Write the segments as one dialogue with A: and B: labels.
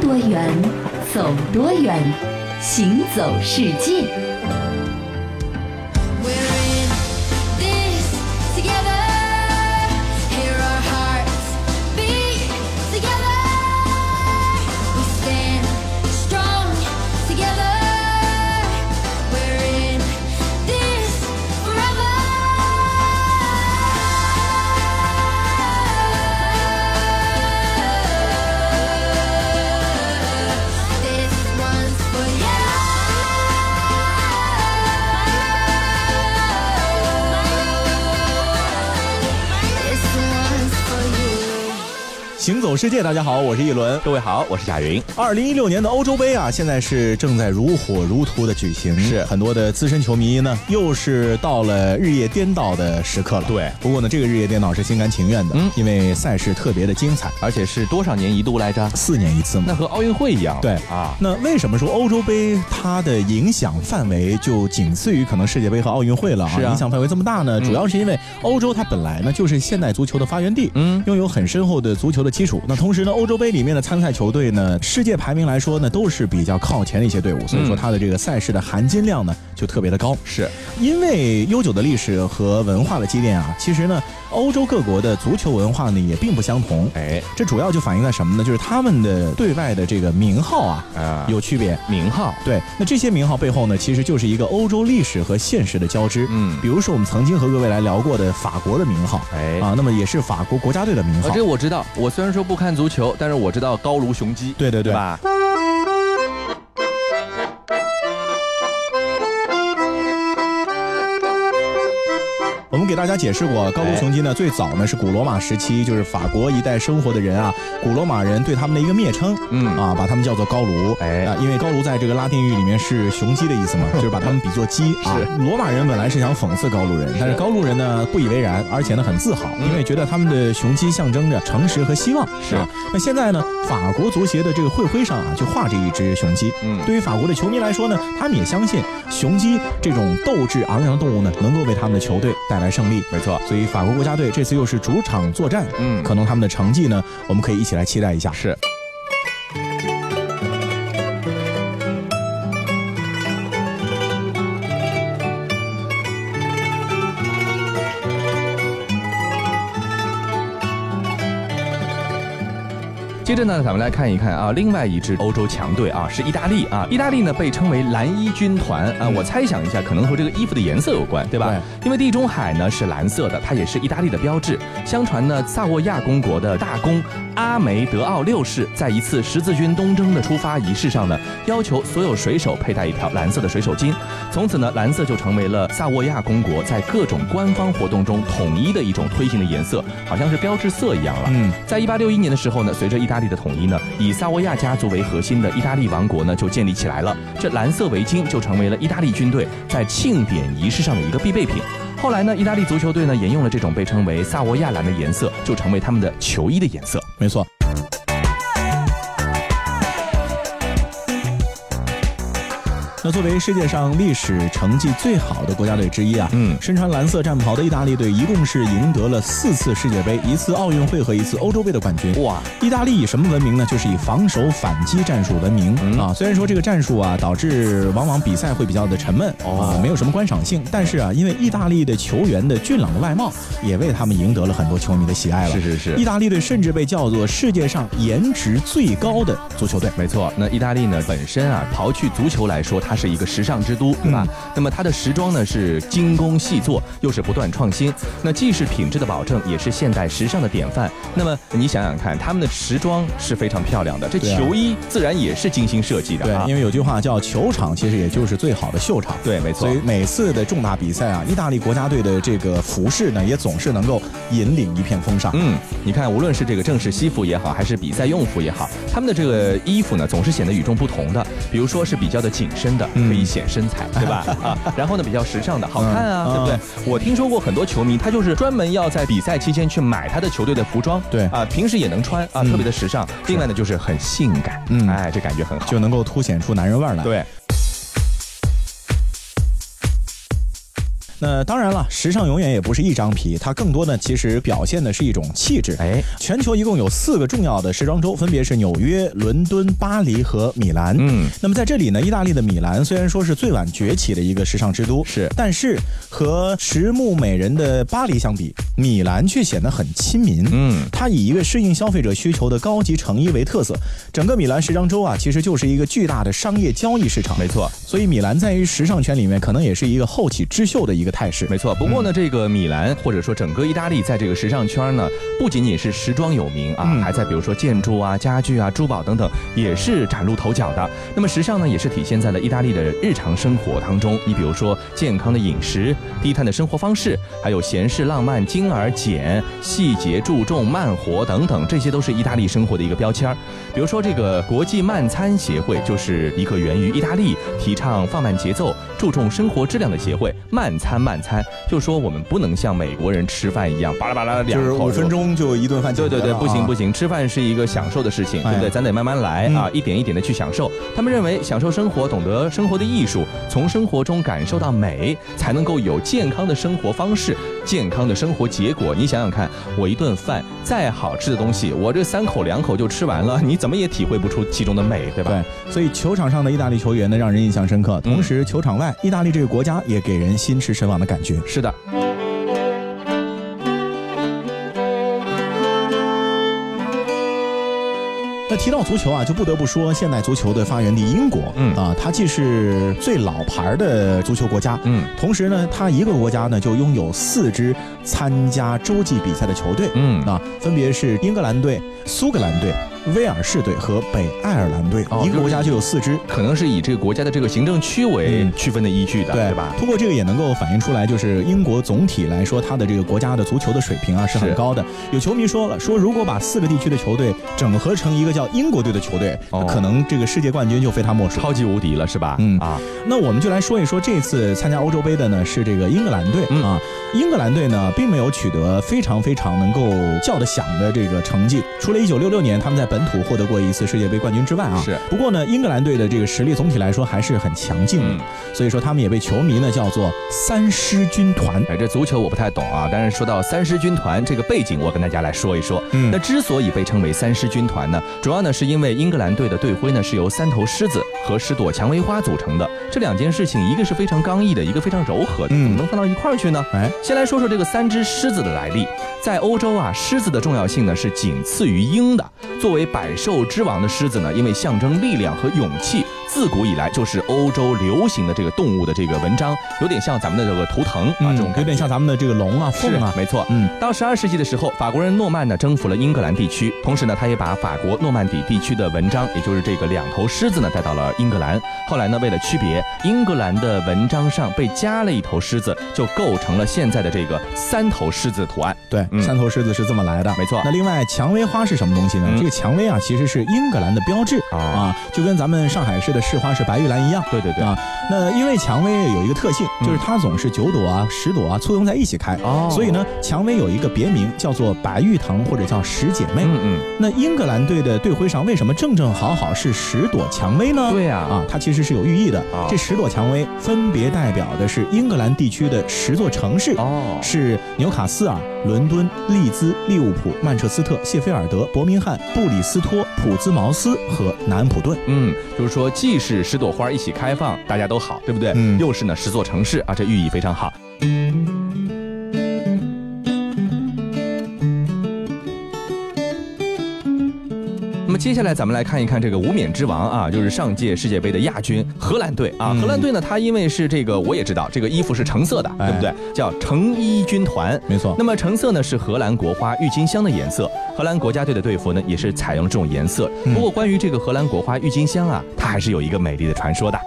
A: 多远，走多远，行走世界。
B: We're in this together. Hear our hearts beat together. We stand strong together. We're in this forever. This one's for you. This one's for you.
C: 行走世界，大家好，我是一轮。
D: 各位好，我是贾云。
C: 二零一六年的欧洲杯啊，现在是正在如火如荼的举行，
D: 是
C: 很多的资深球迷呢，又是到了日夜颠倒的时刻了。
D: 对
C: 不过呢，这个日夜颠倒是心甘情愿的，
D: 嗯
C: 因为赛事特别的精彩，
D: 而且是多少年一度来着？
C: 四年一次嘛。
D: 那和奥运会一样。
C: 对
D: 啊，
C: 那为什么说欧洲杯它的影响范围就仅次于可能世界杯和奥运会了啊？
D: 是啊
C: 影响范围这么大呢？主要是因为欧洲它本来呢就是现代足球的发源地，
D: 嗯
C: 拥有很深厚的足球的基础。那同时呢，欧洲杯里面的参赛球队呢，世界排名来说呢都是比较靠前的一些队伍，所以说它的这个赛事的含金量呢就特别的高。
D: 嗯是
C: 因为悠久的历史和文化的积淀啊，其实呢，欧洲各国的足球文化呢也并不相同。
D: 哎
C: 这主要就反映在什么呢？就是他们的对外的这个名号啊，
D: 啊，
C: 有区别。
D: 名号。
C: 对，那这些名号背后呢，其实就是一个欧洲历史和现实的交织。
D: 嗯
C: 比如说我们曾经和各位来聊过的法国的名号，
D: 哎
C: 啊，那么也是法国国家队的名号。
D: 啊，这我知道。我虽然说不看足球，但是我知道高卢雄鸡。
C: 对对对
D: 吧？
C: 我们给大家解释过，高卢雄鸡呢，最早呢是古罗马时期，就是法国一带生活的人啊，古罗马人对他们的一个蔑称。
D: 嗯
C: 啊，把他们叫做高卢，
D: 哎
C: 啊，因为高卢在这个拉丁语里面是雄鸡的意思 嘛，就是把他们比作鸡啊。罗马人本来是想讽刺高卢人，但是高卢人呢不以为然，而且呢很自豪，
D: 嗯
C: 因为觉得他们的雄鸡象征着诚实和希望。
D: 是
C: 啊，那现在呢，法国足协的这个会徽上啊就画着一只雄鸡。
D: 嗯
C: 对于法国的球迷来说呢，他们也相信雄鸡这种斗志昂扬的动物呢，能够为他们的球队带来胜利。
D: 没错。
C: 所以法国国家队这次又是主场作战，
D: 嗯
C: 可能他们的成绩呢，我们可以一起来期待一下。
D: 是。接着呢，咱们来看一看啊，另外一支欧洲强队啊，是意大利啊。意大利呢被称为蓝衣军团啊，
C: 嗯
D: 我猜想一下，可能和这个衣服的颜色有关，对吧？因为地中海呢是蓝色的，它也是意大利的标志。相传呢，萨沃亚公国的大公阿梅德奥六世在一次十字军东征的出发仪式上呢，要求所有水手佩戴一条蓝色的水手巾。从此呢，蓝色就成为了萨沃亚公国在各种官方活动中统一的一种推行的颜色，好像是标志色一样了。
C: 嗯，
D: 在一八六一年的时候呢，随着意大利的统一呢，以萨沃亚家族为核心的意大利王国呢就建立起来了。这蓝色围巾就成为了意大利军队在庆典仪式上的一个必备品。后来呢，意大利足球队呢沿用了这种被称为萨沃亚蓝的颜色，就成为他们的球衣的颜色。
C: 没错。那作为世界上历史成绩最好的国家队之一啊，
D: 嗯
C: 身穿蓝色战袍的意大利队一共是赢得了四次世界杯、一次奥运会和一次欧洲杯的冠军。
D: 哇，
C: 意大利以什么闻名呢？就是以防守反击战术闻名、
D: 嗯
C: 啊。虽然说这个战术啊，导致往往比赛会比较的沉闷、
D: 哦
C: 啊，没有什么观赏性。但是啊，因为意大利的球员的俊朗的外貌，也为他们赢得了很多球迷的喜爱了。
D: 是是是
C: 意。大利队甚至被叫做世界上颜值最高的足球队。
D: 没错，那意大利呢本身啊，刨去足球来说，它是一个时尚之都，
C: 嗯
D: 对吧？那么它的时装呢是精工细作，又是不断创新，那既是品质的保证，也是现代时尚的典范。那么你想想看，他们的时装是非常漂亮的，这
C: 对啊
D: 球衣自然也是精心设计的啊
C: 对，。因为有句话叫“球场其实也就是最好的秀场”，
D: 对没错
C: 所以每次的重大比赛啊，意大利国家队的这个服饰呢，也总是能够引领一片风尚。
D: 嗯，你看，无论是这个正式西服也好，还是比赛用服也好，他们的这个衣服呢，总是显得与众不同的。比如说是比较的紧身的，
C: 嗯
D: 可以显身材，对 吧？啊，然后呢，比较时尚的，好看啊，
C: 嗯
D: 对不对
C: 嗯？
D: 我听说过很多球迷，他就是专门要在比赛期间去买他的球队的服装，
C: 对
D: 啊，平时也能穿啊，
C: 嗯
D: 特别的时尚。另外呢，就是很性感，
C: 嗯
D: 哎，这感觉很好。啊
C: 就能够凸显出男人味儿来。
D: 对，
C: 那当然了，时尚永远也不是一张皮，它更多呢其实表现的是一种气质。
D: 哎，
C: 全球一共有四个重要的时装周，分别是纽约、伦敦、巴黎和米兰。
D: 嗯，
C: 那么在这里呢，意大利的米兰虽然说是最晚崛起的一个时尚之都，
D: 是
C: 但是和实木美人的巴黎相比，米兰却显得很亲民。
D: 嗯，
C: 它以一个适应消费者需求的高级成衣为特色，整个米兰时装周啊，其实就是一个巨大的商业交易市场。
D: 没错。
C: 所以米兰在于时尚圈里面，可能也是一个后起之秀的一个态势。
D: 没错，不
C: 嗯
D: 过呢，这个米兰或者说整个意大利在这个时尚圈呢，不仅仅是时装有名啊，
C: 嗯
D: 还在比如说建筑啊、家具啊、珠宝等等，也是崭露头角的。那么时尚呢，也是体现在了意大利的日常生活当中。你比如说健康的饮食、低碳的生活方式，还有闲适浪漫、精而简、细节注重、慢活等等，这些都是意大利生活的一个标签儿。比如说这个国际慢餐协会，就是一个源于意大利提倡放慢节奏、注重生活质量的协会。慢餐，慢餐，就是说我们不能像美国人吃饭一样巴拉巴拉两口钟。
C: 钟就一顿饭
D: 对对对，不行不
C: 行。
D: 行，吃饭是一个享受的事情，对不
C: 啊哎
D: 对？咱得慢慢来
C: 嗯
D: 啊，一点一点的去享受。他们认为，享受生活，懂得生活的艺术，从生活中感受到美，才能够有健康的生活方式、健康的生活结果。你想想看，我一顿饭再好吃的东西，我这三口两口就吃完了，你怎么也体会不出其中的美，对吧？嗯
C: 对，所以球场上的意大利球员呢，让人印象深刻。同时，球场外，意大利这个国家也给人心驰神往的感觉。
D: 是的，
C: 那提到足球啊，就不得不说现代足球的发源地英国。
D: 嗯
C: 啊，它既是最老牌的足球国家，
D: 嗯
C: 同时呢，它一个国家呢就拥有四支参加洲际比赛的球队。
D: 嗯
C: 啊，分别是英格兰队、苏格兰队、威尔士队和北爱尔兰队，
D: 哦
C: 一个国家就有四支。
D: 可能是以这个国家的这个行政区为
C: 嗯
D: 区分的依据的，对吧？
C: 通过这个也能够反映出来，就是英国总体来说，它的这个国家的足球的水平啊是很
D: 是
C: 高的。有球迷说了，说如果把四个地区的球队整合成一个叫英国队的球队，
D: 哦
C: 可能这个世界冠军就非他莫属。
D: 超级无敌了，是吧？
C: 嗯
D: 啊，
C: 那我们就来说一说这次参加欧洲杯的呢是这个英格兰队、
D: 嗯
C: 啊，英格兰队呢并没有取得非常非常能够叫得响的这个成绩，除了1966年他们在本土获得过一次世界杯冠军之外啊，
D: 是
C: 不过呢，英格兰队的这个实力总体来说还是很强劲的，
D: 嗯
C: 所以说他们也被球迷呢叫做三狮军团。
D: 哎，这足球我不太懂啊，但是说到三狮军团这个背景，我跟大家来说一说。
C: 嗯
D: 那之所以被称为三狮军团呢，主要呢是因为英格兰队的队徽呢是由三头狮子和十朵蔷薇花组成的，这两件事情一个是非常刚毅的，一个非常柔和的，
C: 嗯
D: 怎么能放到一块儿去呢？
C: 哎，
D: 先来说说这个三只狮子的来历。在欧洲啊，狮子的重要性呢是仅次于鹰的。作为百兽之王的狮子呢，因为象征力量和勇气，自古以来就是欧洲流行的这个动物的这个文章，有点像咱们的这个图腾啊、这
C: 有
D: 种感觉
C: 点像咱们的这个龙啊、凤
D: 是
C: 啊，
D: 没错。
C: 嗯，
D: 到十二世纪的时候，法国人诺曼呢征服了英格兰地区，同时呢，他也把法国诺曼底地区的文章，也就是这个两头狮子呢带到了英格兰。后来呢，为了区别，英格兰的文章上被加了一头狮子，就构成了现在的这个三头狮子图案。
C: 对，
D: 嗯
C: 三头狮子是这么来的，
D: 没错
C: 那另外，蔷薇花是什么东西呢？
D: 嗯
C: 这个蔷薇啊，其实是英格兰的标志、
D: 哦
C: 啊，就跟咱们上海市的市花是白玉兰一样。
D: 对对对，
C: 啊，那因为蔷薇有一个特性，
D: 嗯
C: 就是它总是九朵啊、十朵啊簇拥在一起开，啊
D: 哦
C: 所以呢，蔷薇有一个别名叫做白玉堂或者叫十姐妹。
D: 嗯嗯，
C: 那英格兰队的队徽上为什么正正好好是十朵蔷薇呢？
D: 对呀、
C: 啊，它其实是有寓意的。
D: 哦
C: 这十朵蔷薇分别代表的是英格兰地区的十座城市，
D: 哦，
C: 是纽卡斯尔、伦敦、利兹、利物浦、曼彻斯特、谢菲尔德、伯明翰、布里斯托、普兹茅斯和南安普顿。
D: 嗯，就是说，既是十朵花一起开放，大家都好，对不对？
C: 嗯
D: 又是呢十座城市啊，这寓意非常好。那么接下来咱们来看一看这个无冕之王啊，就是上届世界杯的亚军荷兰队啊。
C: 嗯
D: 荷兰队呢，它因为是这个我也知道，这个衣服是橙色的，对不
C: 哎
D: 对？叫橙衣军团。
C: 没错
D: 那么橙色呢是荷兰国花郁金香的颜色，荷兰国家队的队服呢也是采用了这种颜色。
C: 嗯
D: 不过关于这个荷兰国花郁金香啊，它还是有一个美丽的传说的。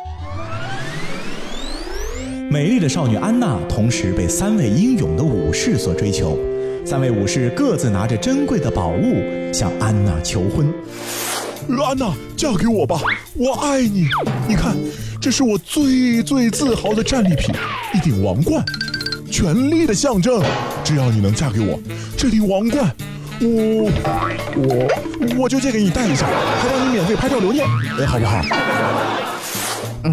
C: 美丽的少女安娜同时被三位英勇的武士所追求，三位武士各自拿着珍贵的宝物向安娜求婚。
E: 安娜，嫁给我吧，我爱你。你看，这是我最最自豪的战利品，一顶王冠，权力的象征。只要你能嫁给我，这顶王冠，我我我就借给你戴一下，还让你免费拍照留念，哎，好不好？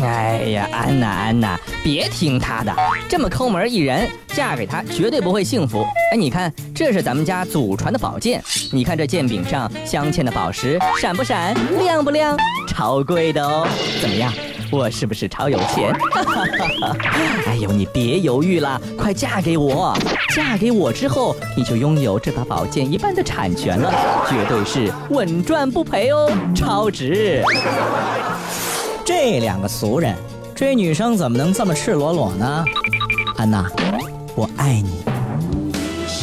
F: 哎呀，安娜安娜，别听他的，这么抠门一人，嫁给他绝对不会幸福。哎，你看，这是咱们家祖传的宝剑，你看这剑柄上镶嵌的宝石闪不闪，亮不亮，超贵的哦。怎么样，我是不是超有钱？哎呦，你别犹豫了，快嫁给我！嫁给我之后，你就拥有这把宝剑一半的产权了，绝对是稳赚不赔哦，超值！
G: 这两个俗人追女生怎么能这么赤裸裸呢？安娜，我爱你。
B: 啊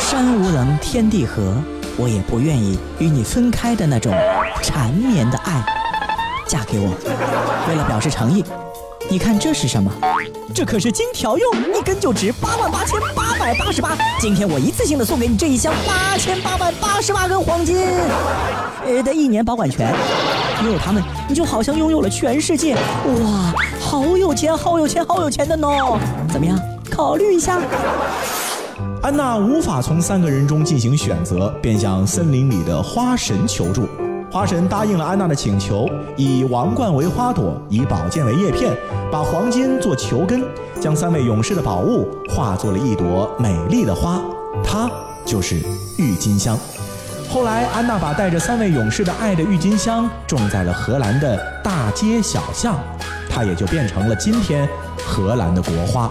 G: 山无棱，天地合，我也不愿意与你分开的那种缠绵的爱。嫁给我，为了表示诚意，你看这是什么？这可是金条用，一根就值八万八千八百八十八。今天我一次性的送给你这一箱八千八百八十八根黄金，呃的一年保管权。拥有它们，你就好像拥有了全世界。哇，好有钱，好有钱，好有钱的呢！怎么样，考虑一下？
C: 安娜无法从三个人中进行选择，便向森林里的花神求助。花神答应了安娜的请求，以王冠为花朵，以宝剑为叶片，把黄金做球根，将三位勇士的宝物化作了一朵美丽的花，它就是郁金香。后来，安娜把带着三位勇士的爱的郁金香种在了荷兰的大街小巷，它也就变成了今天荷兰的国花。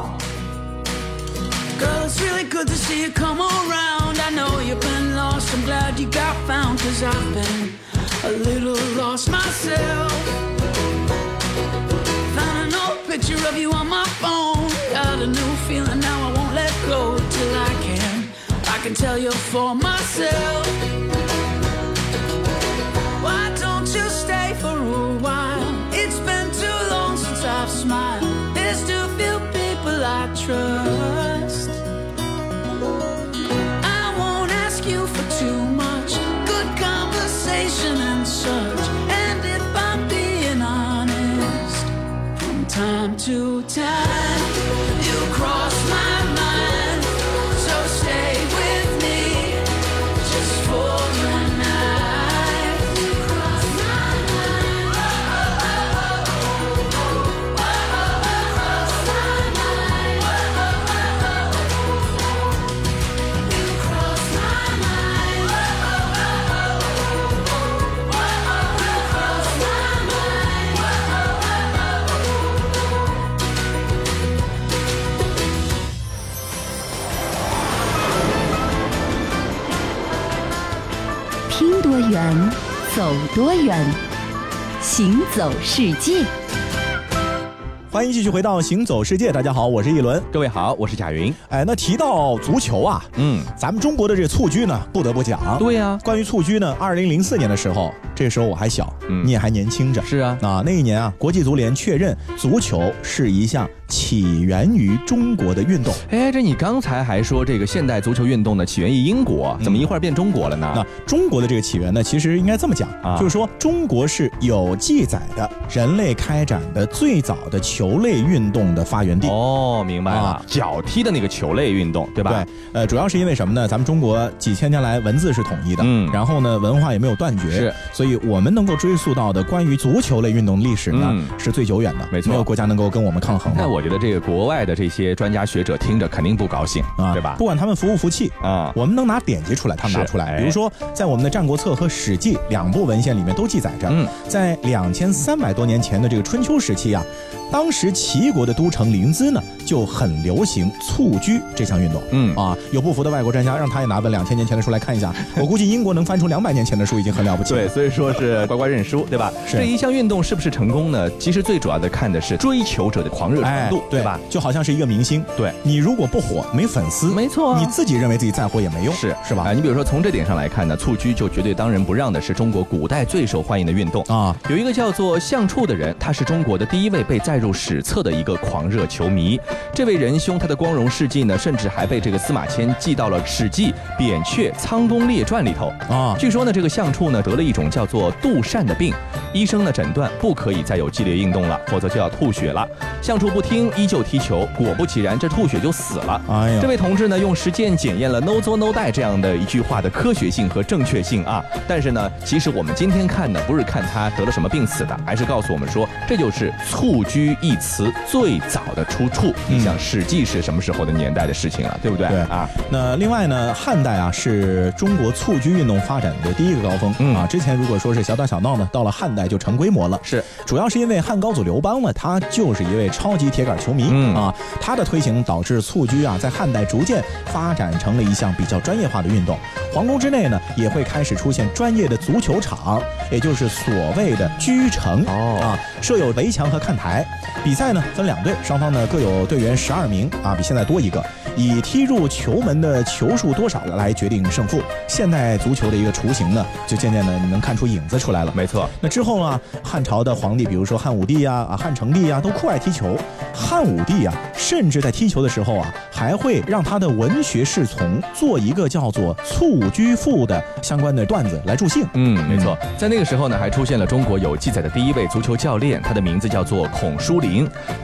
H: Girl, it's really good to see you come around. I know you've been lost. I'm glad you got found, cause I've been a little lost myself. Found an old picture of you on my phone. Got a new feeling now I won't let go till I can. I can tell you for myself. Why don't you stay for a while? It's been too long since I've smiled. There's too few people I trust. I won't ask you for too much. Good conversation and such. And if I'm being honest, from time to time, you cross my mind. So stay with me just for the night. You cross my mind.
A: 《听多远，走多远》，行走世界。
C: 欢迎继续回到《行走世界》，大家好，我是一轮。
D: 各位好，我是贾云。
C: 哎，那提到足球啊，
D: 嗯，
C: 咱们中国的这蹴鞠呢，不得不讲。
D: 对呀
C: 关于蹴鞠呢，二零零四年的时候，这时候我还小，
D: 嗯
C: 你也还年轻着。
D: 是啊
C: 啊，那一年啊，国际足联确认足球是一项起源于中国的运动。
D: 哎，这你刚才还说这个现代足球运动呢起源于英国，怎么一会儿变中国了呢？
C: 那中国的这个起源呢，其实应该这么讲，
D: 啊
C: 就是说中国是有记载的人类开展的最早的球类运动的发源地。
D: 哦，明白了，
C: 啊
D: 脚踢的那个球类运动，对吧？
C: 对，呃，主要是因为什么呢？咱们中国几千年来文字是统一的，
D: 嗯
C: 然后呢，文化也没有断绝，
D: 是，
C: 所以我们能够追溯到的关于足球类运动历史呢，
D: 嗯
C: 是最久远的，
D: 没错
C: 没有国家能够跟我们抗衡
D: 那
C: 的
D: 我觉得这个国外的这些专家学者听着肯定不高兴，
C: 啊，
D: 对吧
C: 不？管他们服不服气。
D: 啊、
C: 我们能拿典籍出来，他们拿
D: 是
C: 出来。比
D: 哎
C: 如说，在我们的《战国策》和《史记》两部文献里面都记载着，
D: 嗯
C: 在两千三百多年前的这个春秋时期啊，当时齐国的都城临淄呢就很流行蹴鞠这项运动。
D: 嗯
C: 啊，有不服的外国专家让他也拿本两千年前的书来看一 下。我估计英国能翻出两百年前的书已经很了不起了。
D: 对，，所以说 是乖乖认输，对吧？
C: 是
D: 这一项运动是不是成功呢？其实最主要的看的是追求者的狂热程
C: 哎
D: 度，，
C: 对
D: 吧？？
C: 就好像是一个明星，
D: 对
C: 你如果不火，没粉丝，
D: 没错啊
C: 你自己认为自己再火也没用，
D: 是
C: 是吧
D: 啊，？你比如说从这点上来看呢，蹴鞠就绝对当仁不让的是中国古代最受欢迎的运动
C: 啊。
D: 有一个叫做项处的人，他是中国的第一位被载入史册的一个狂热球迷。这位仁兄，他的光荣事迹呢，甚至还被这个司马迁记到了《史记·扁鹊仓公列传》里头。
C: 啊，
D: 据说呢，这个相处呢得了一种叫做杜疝的病，医生呢诊断不可以再有激烈运动了，否则就要吐血了。相处不听，依旧踢球，果不其然，这吐血就死了。
C: 哎呀
D: 这位同志呢，用实践检验了 “no 作 no die” 这样的一句话的科学性和正确性啊。但是呢，其实我们今天看呢，不是看他得了什么病死的，而是告诉我们说，这就是“蹴鞠”一词最早的出处。你想，《史记》是什么时候的年代的事情了，对不对？
C: 对
D: 啊，
C: 那另外呢，汉代啊是中国蹴鞠运动发展的第一个高峰、
D: 嗯
C: 啊。之前如果说是小打小闹呢，到了汉代就成规模了。
D: 是
C: 主要是因为汉高祖刘邦呢，他就是一位超级铁杆球迷、
D: 嗯
C: 啊，他的推行导致蹴鞠啊在汉代逐渐发展成了一项比较专业化的运动。皇宫之内呢，也会开始出现专业的足球场，也就是所谓的居城、
D: 哦
C: 啊，设有围墙和看台。比赛呢分两队，双方呢各有队员十二名啊，比现在多一个，以踢入球门的球数多少来决定胜负。现代足球的一个雏形呢，就渐渐的能看出影子出来了。
D: 没错。
C: 那之后啊，汉朝的皇帝，比如说汉武帝呀、啊、汉成帝呀、都酷爱踢球。汉武帝啊，甚至在踢球的时候啊，还会让他的文学侍从做一个叫做《蹴鞠赋》的相关的段子来助兴。
D: 嗯，没错，在那个时候呢，还出现了中国有记载的第一位足球教练，他的名字叫做孔舒林。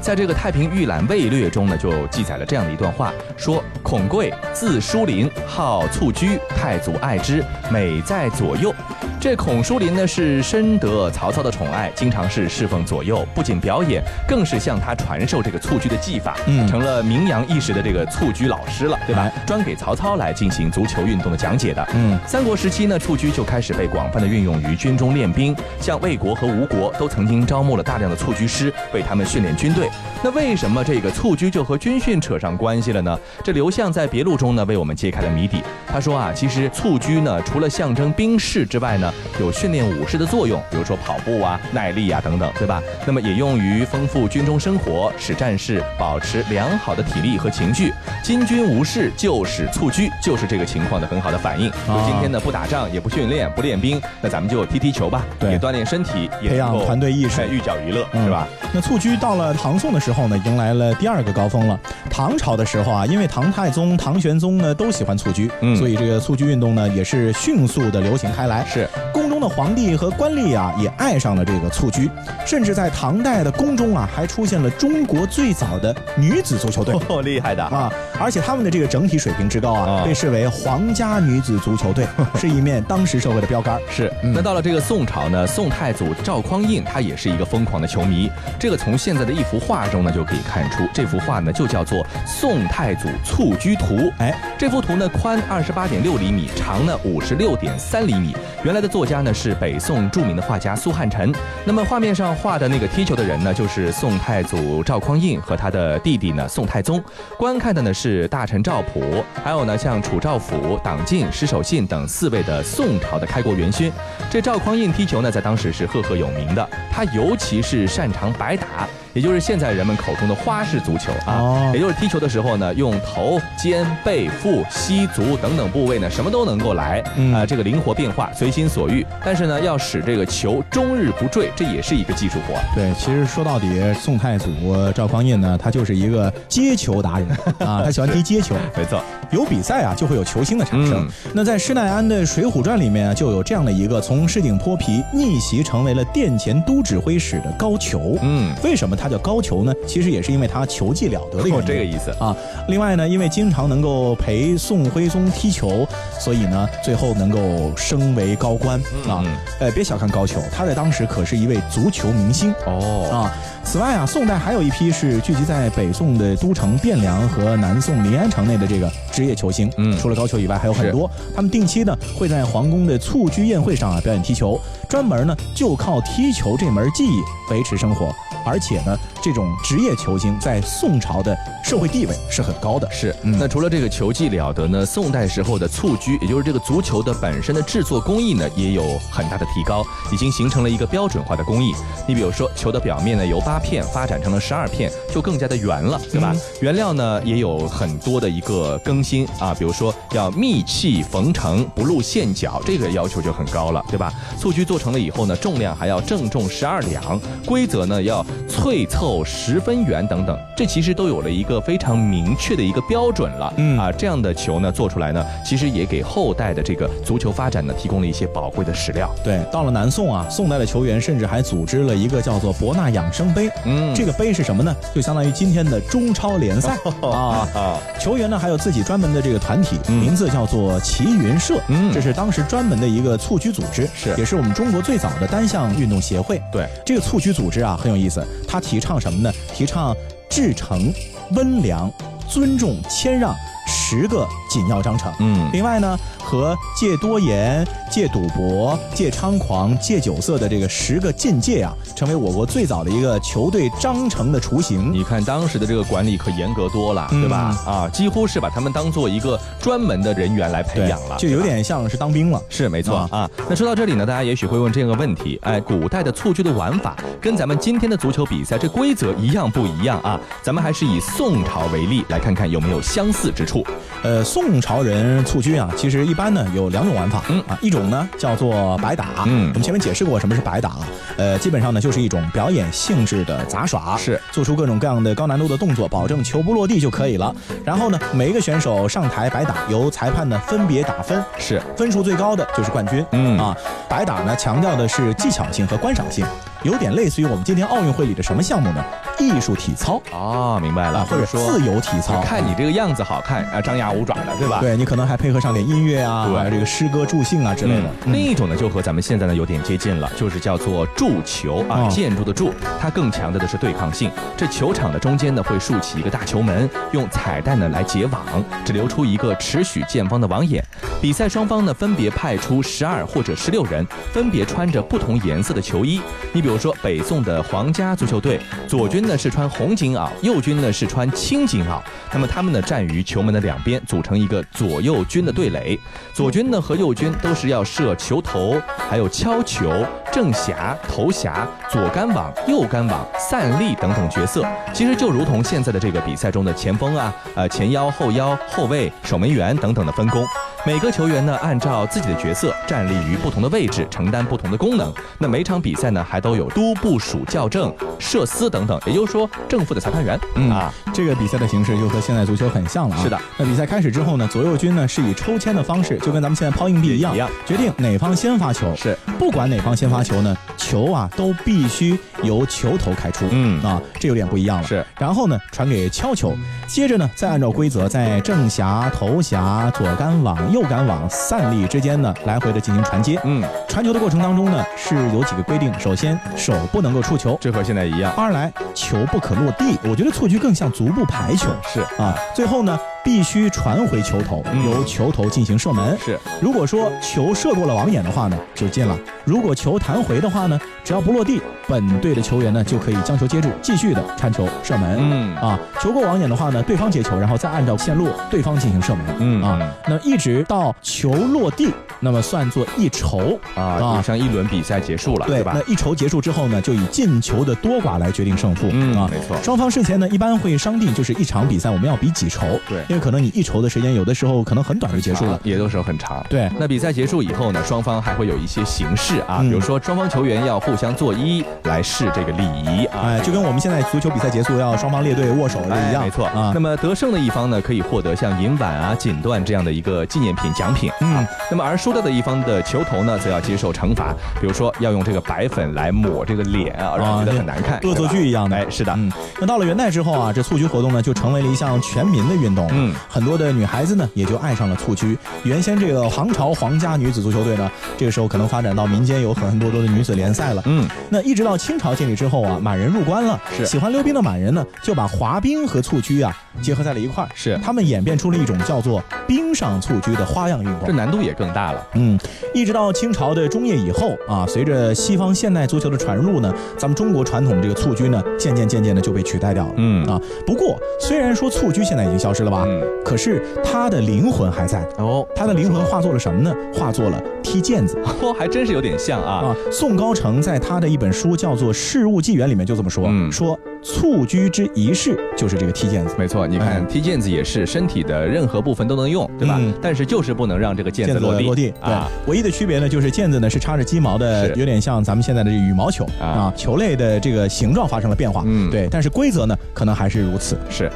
D: 在这个《太平御览卫略》中呢，就记载了这样的一段话，说孔贵字舒林，好蹴鞠，太祖爱之，美在左右。这孔舒林呢是深得曹操的宠爱，经常是侍奉左右，不仅表演，更是向他传授这个蹴鞠的技法，
C: 嗯
D: 成了名扬一时的这个蹴鞠老师了，对吧
C: 哎？
D: 专给曹操来进行足球运动的讲解的。
C: 嗯
D: 三国时期呢，蹴鞠就开始被广泛的运用于军中练兵，像魏国和吴国都曾经招募了大量的蹴鞠师，为他们训练军队。那为什么这个蹴鞠就和军训扯上关系了呢？这刘向在别录中呢为我们揭开了谜底。他说啊，其实蹴鞠呢，除了象征兵士之外呢，有训练武士的作用，比如说跑步啊、耐力啊等等，对吧？那么也用于丰富军中生活，使战士保持良好的体力和情绪。金军无事，就使蹴鞠，就是这个情况的很好的反应。
C: 啊
D: 就今天呢，不打仗，也不训练，不练兵，那咱们就踢踢球吧，
C: 对
D: 也锻炼身体，也
C: 培养
D: 能够
C: 团队意识
D: 哎寓教于乐，
C: 嗯
D: 是吧？
C: 那蹴鞠到了唐宋的时候呢，迎来了第二个高峰了。唐朝的时候啊，因为唐太宗、唐玄宗呢都喜欢蹴鞠，
D: 嗯
C: 所以这个蹴鞠运动呢也是迅速的流行开来。
D: 是，
C: 宫中的皇帝和官吏啊也爱上了这个蹴鞠，甚至在唐代的宫中啊还出现了中国最早的女子足球队。
D: 哦，厉害的。
C: 啊，而且他们的这个整体水平之高啊，
D: 啊
C: 被视为皇家女子足球 队，是一面当时社会的标杆。
D: 是，那到了这个宋朝呢，宋太祖赵匡胤他也是一个疯狂的球迷。这个从现在的一幅画中呢就可以看出，这幅画呢就叫做《宋太祖蹴鞠图》。
C: 哎，
D: 这幅图呢宽二十八点六厘米，长呢五十六点三厘米。原来的作家呢是北宋著名的画家苏汉臣。那么画面上画的那个踢球的人呢，就是宋太祖赵匡胤和他的弟弟呢宋太宗。观看的呢是大臣赵普，还有呢像楚兆甫、党进、石守信等四位的宋朝的开国元勋。这赵匡胤踢球呢，在当时是赫赫有名的，他尤其是擅长白打。也就是现在人们口中的花式足球啊，
C: 哦
D: 也就是踢球的时候呢，用头、肩、背、腹、膝、足等等部位呢，什么都能够来，啊、
C: 嗯
D: 这个灵活变化，随心所欲。但是呢，要使这个球终日不坠，这也是一个技术活。
C: 对，其实说到底，宋太祖赵匡胤呢，他就是一个接球达人啊，他喜欢踢接球。
D: 没错，
C: 有比赛啊，就会有球星的产生。
D: 嗯
C: 那在施耐庵的《水浒传》里面啊，就有这样的一个从市井泼皮逆袭成为了殿前都指挥使的高俅。
D: 嗯
C: 为什么他叫高俅呢？其实也是因为他球技了得的原
D: 哦
C: 因。
D: 这个意思
C: 啊。另外呢，因为经常能够陪宋徽宗踢球，所以呢，最后能够升为高官啊
D: 嗯。
C: 呃，别小看高俅，他在当时可是一位足球明星。
D: 哦，
C: 啊。此外啊，宋代还有一批是聚集在北宋的都城汴梁和南宋临安城内的这个职业球星。
D: 嗯
C: 除了高俅以外，还有很多。他们定期呢会在皇宫的蹴鞠宴会上啊表演踢球，专门呢就靠踢球这门技艺维持生活。而且呢，这种职业球星在宋朝的社会地位是很高的。
D: 是。
C: 嗯
D: 那除了这个球技了得呢，宋代时候的蹴鞠，也就是这个足球的本身的制作工艺呢，也有很大的提高，已经形成了一个标准化的工艺。你比如说，球的表面呢由八片发展成了十二片，就更加的圆了，对吧？原料呢也有很多的一个更新啊，比如说要密气缝成，不露线角，这个要求就很高了，对吧？蹴鞠做成了以后呢，重量还要正重十二两，规则呢要淬里凑十分远等等，这其实都有了一个非常明确的一个标准了。
C: 嗯
D: 啊，这样的球呢做出来呢，其实也给后代的这个足球发展呢提供了一些宝贵的史料。
C: 对，到了南宋啊，宋代的球员甚至还组织了一个叫做博纳养生杯。
D: 嗯
C: 这个杯是什么呢？就相当于今天的中超联 赛啊。
D: 啊，
C: 球员呢还有自己专门的这个团体，
D: 嗯
C: 名字叫做齐云社，
D: 嗯
C: 这是当时专门的一个蹴鞠组织，
D: 是
C: 也是我们中国最早的单项运动协会。
D: 对，
C: 这个蹴鞠组织啊很有意思，它提倡什么呢？提倡至诚、温良、尊重、谦让十个紧要章程。
D: 嗯
C: 另外呢，和戒多言、戒赌博、戒猖狂、戒酒色的这个十个禁戒啊，成为我国最早的一个球队章程的雏形。
D: 你看当时的这个管理可严格多了，
C: 嗯
D: 对吧？啊，几乎是把他们当做一个专门的人员来培
C: 对
D: 养了，
C: 就有点像是当兵了。
D: 是没错
C: 啊
D: 啊那说到这里呢，大家也许会问这样一个问题：哎，古代的蹴鞠的玩法跟咱们今天的足球比赛这规则一样不一样啊？咱们还是以宋朝为例，来看看有没有相似之处。
C: 呃，宋朝人蹴鞠啊，其实一般呢有两种玩法，
D: 嗯
C: 啊，一种呢叫做白打，
D: 嗯
C: 我们前面解释过什么是白打啊，呃，基本上呢就是一种表演性质的杂耍，
D: 是
C: 做出各种各样的高难度的动作，保证球不落地就可以了。然后呢，每一个选手上台白打，由裁判呢分别打分，
D: 是
C: 分数最高的就是冠军，
D: 嗯
C: 啊，白打呢强调的是技巧性和观赏性，有点类似于我们今天奥运会里的什么项目呢？艺术体操
D: 哦，明白了，
C: 啊，或者
D: 就是
C: 自由体操，
D: 看你这个样子好看啊，张牙舞爪的，对吧？。
C: 对你可能还配合上点音乐啊，
D: 对
C: 还有这个诗歌助兴啊之类的。
D: 嗯，另一种呢，就和咱们现在呢有点接近了，就是叫做筑球
C: 哦
D: 啊，建筑的筑，它更强调的是对抗性。这球场的中间呢会竖起一个大球门，用彩带呢来结网，只留出一个持许见方的网眼。比赛双方呢分别派出十二或者十六人，分别穿着不同颜色的球衣。你比如说北宋的皇家足球队，左军呢是穿红金袄，右军呢是穿青金袄。那么他们呢站于球门的两边，组成一个左右军的对垒。左军呢和右军都是要射球头，还有敲球、正匣、头匣、左杆网、右杆网、散力等等角色。其实就如同现在的这个比赛中的前锋啊、呃前腰、后腰、后卫、守门员等等的分工。每个球员呢，按照自己的角色站立于不同的位置，承担不同的功能。那每场比赛呢，还都有督部署校正、设司等等，也就是说，正副的裁判员、
C: 嗯
D: 啊，
C: 这个比赛的形式就和现在足球很像了、啊。
D: 是的。
C: 那比赛开始之后呢，左右军呢是以抽签的方式，就跟咱们现在抛硬币一样，
D: 一样
C: 决定哪方先发球。
D: 是
C: 不管哪方先发球呢，球啊都必须由球头开出。
D: 嗯
C: 啊，这有点不一样了。
D: 是。
C: 然后呢，传给敲球，接着呢，再按照规则在正匣、头匣、左杆网、右杆网、散力之间呢来回的进行传接。
D: 嗯，
C: 传球的过程当中呢，是有几个规定。首先，手不能够触球；
D: 这和现在一样，
C: 二来，球不可落地。我觉得蹴鞠更像足部排球
D: 是
C: 啊。最后呢，必须传回球头，
D: 嗯
C: 由球头进行射门。
D: 是
C: 如果说球射过了网眼的话呢，就进了；如果球弹回的话呢，只要不落地，本队的球员呢就可以将球接住，继续的传球射门。
D: 嗯
C: 啊，球过网眼的话呢，对方接球，然后再按照线路对方进行射门。
D: 嗯
C: 啊，那一直到球落地，那么算作一筹。
D: 啊，以上一轮比赛结束了，
C: 对
D: 吧
C: 那？一筹结束之后呢，就以进球的多寡来决定胜负、
D: 嗯
C: 啊，
D: 没错
C: 双方事前呢一般会商定，就是一场比赛我们要比几筹，
D: 对
C: 因为可能你一筹的时间有的时候可能很短就结束了
D: 啊，也都是很长。
C: 对
D: 那比赛结束以后呢，双方还会有一些形式啊，
C: 嗯
D: 比如说双方球员要互相作揖来示这个礼仪啊。
C: 哎，就跟我们现在足球比赛结束要双方列队握手是
D: 哎
C: 一样，
D: 没错
C: 啊
D: 那。么得胜的一方呢，可以获得像银碗啊、锦缎这样的一个纪念品奖品。
C: 嗯，
D: 那么而输掉的一方的球头呢，则要接受惩罚，比如说要用这个白粉来抹这个脸啊，让觉得很难看，
C: 恶作
D: 对吧
C: 剧一样的，
D: 哎，是的，
C: 嗯，那到了元代之后啊，这蹴鞠活动呢就成为了一项全民的运动。
D: 嗯，
C: 很多的女孩子呢也就爱上了蹴鞠。原先这个唐朝皇家女子足球队呢，这个时候可能发展到民间有很很多多的女子联赛了。
D: 嗯，
C: 那一直到清朝建立之后啊，满人入关了，
D: 是
C: 喜欢溜冰的满人呢就把滑冰和蹴鞠啊结合在了一块儿，
D: 是
C: 他们演变出了一种叫做冰上蹴鞠的花样运动
D: 这。难度也更大了。
C: 嗯，一直到清朝的中叶以后啊，随着西方现代足球的传入呢，咱们中国传统这个蹴鞠呢，渐渐渐渐的就被取代掉了。
D: 嗯
C: 啊，不过虽然说蹴鞠现在已经消失了吧，
D: 嗯嗯，
C: 可是他的灵魂还在。
D: 哦，
C: 他的灵魂化作了什么呢？化作了踢毽子
D: 哦， 还真是有点像啊。
C: 啊！宋高成在他的一本书叫做《事物纪元》里面就这么说，
D: 嗯
C: 说蹴鞠之仪式就是这个踢毽子。
D: 没错，你看
C: 哎
D: 踢毽子也是身体的任何部分都能用，对吧
C: 嗯？
D: 但是就是不能让这个毽
C: 毽
D: 子
C: 子
D: 落地
C: 落地，
D: 啊。
C: 对，唯一的区别呢，就是毽子呢是插着鸡毛的，
D: 是
C: 有点像咱们现在的这羽毛球
D: 啊
C: 啊，球类的这个形状发生了变化，
D: 嗯
C: 对，但是规则呢可能还是如此。
D: 是。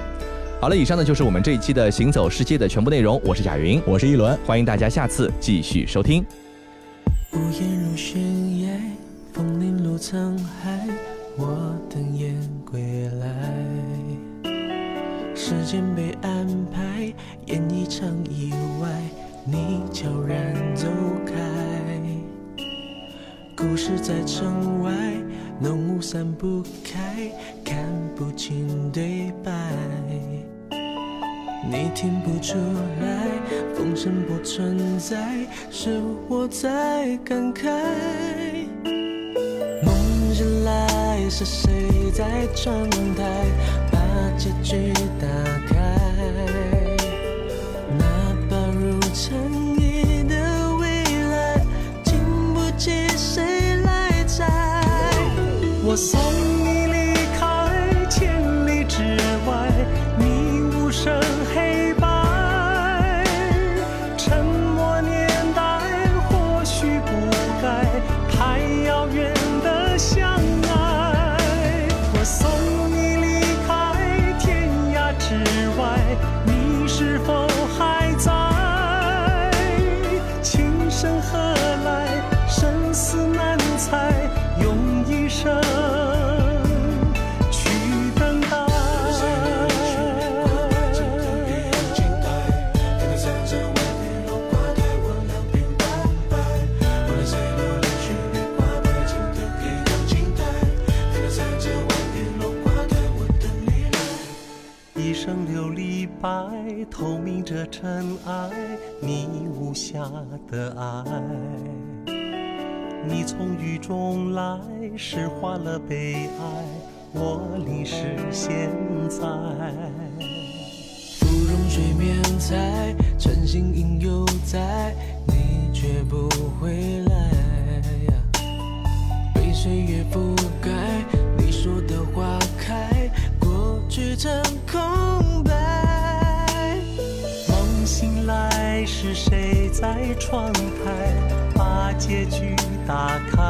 D: 好了，以上呢就是我们这一期的《行走世界》的全部内容。我是贾云，
C: 我是一轮，
D: 欢迎大家下次继续收听。
I: 屋檐如悬崖，枫林落沧海，我等雁归来。时间被安排，演一场意外，你悄然走开。故事在城外，浓雾散不开，看不清对白。你听不出来，风声不存在，是我在感慨。梦醒来，是谁在窗台把结局打开？那把如尘埃的未来，经不起谁来摘。我送你离开千里之外，你无声黑白。沉默年代或许不该太遥远的相爱。我送你离开天涯之外，你是否还在？情深何来？生死难猜，用一生去等待。一生琉璃白，透明着尘埃，你无瑕的爱。你从雨中来，诗化了悲哀，我淋湿现在。芙蓉水面采，晨星影犹在，你却不回来。被岁月覆盖，你说的花开，过去成空白。梦醒来，是谁在窗台把结局打开？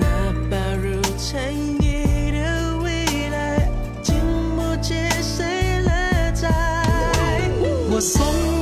I: 那把如尘埃的未来，经不起谁来摘。我送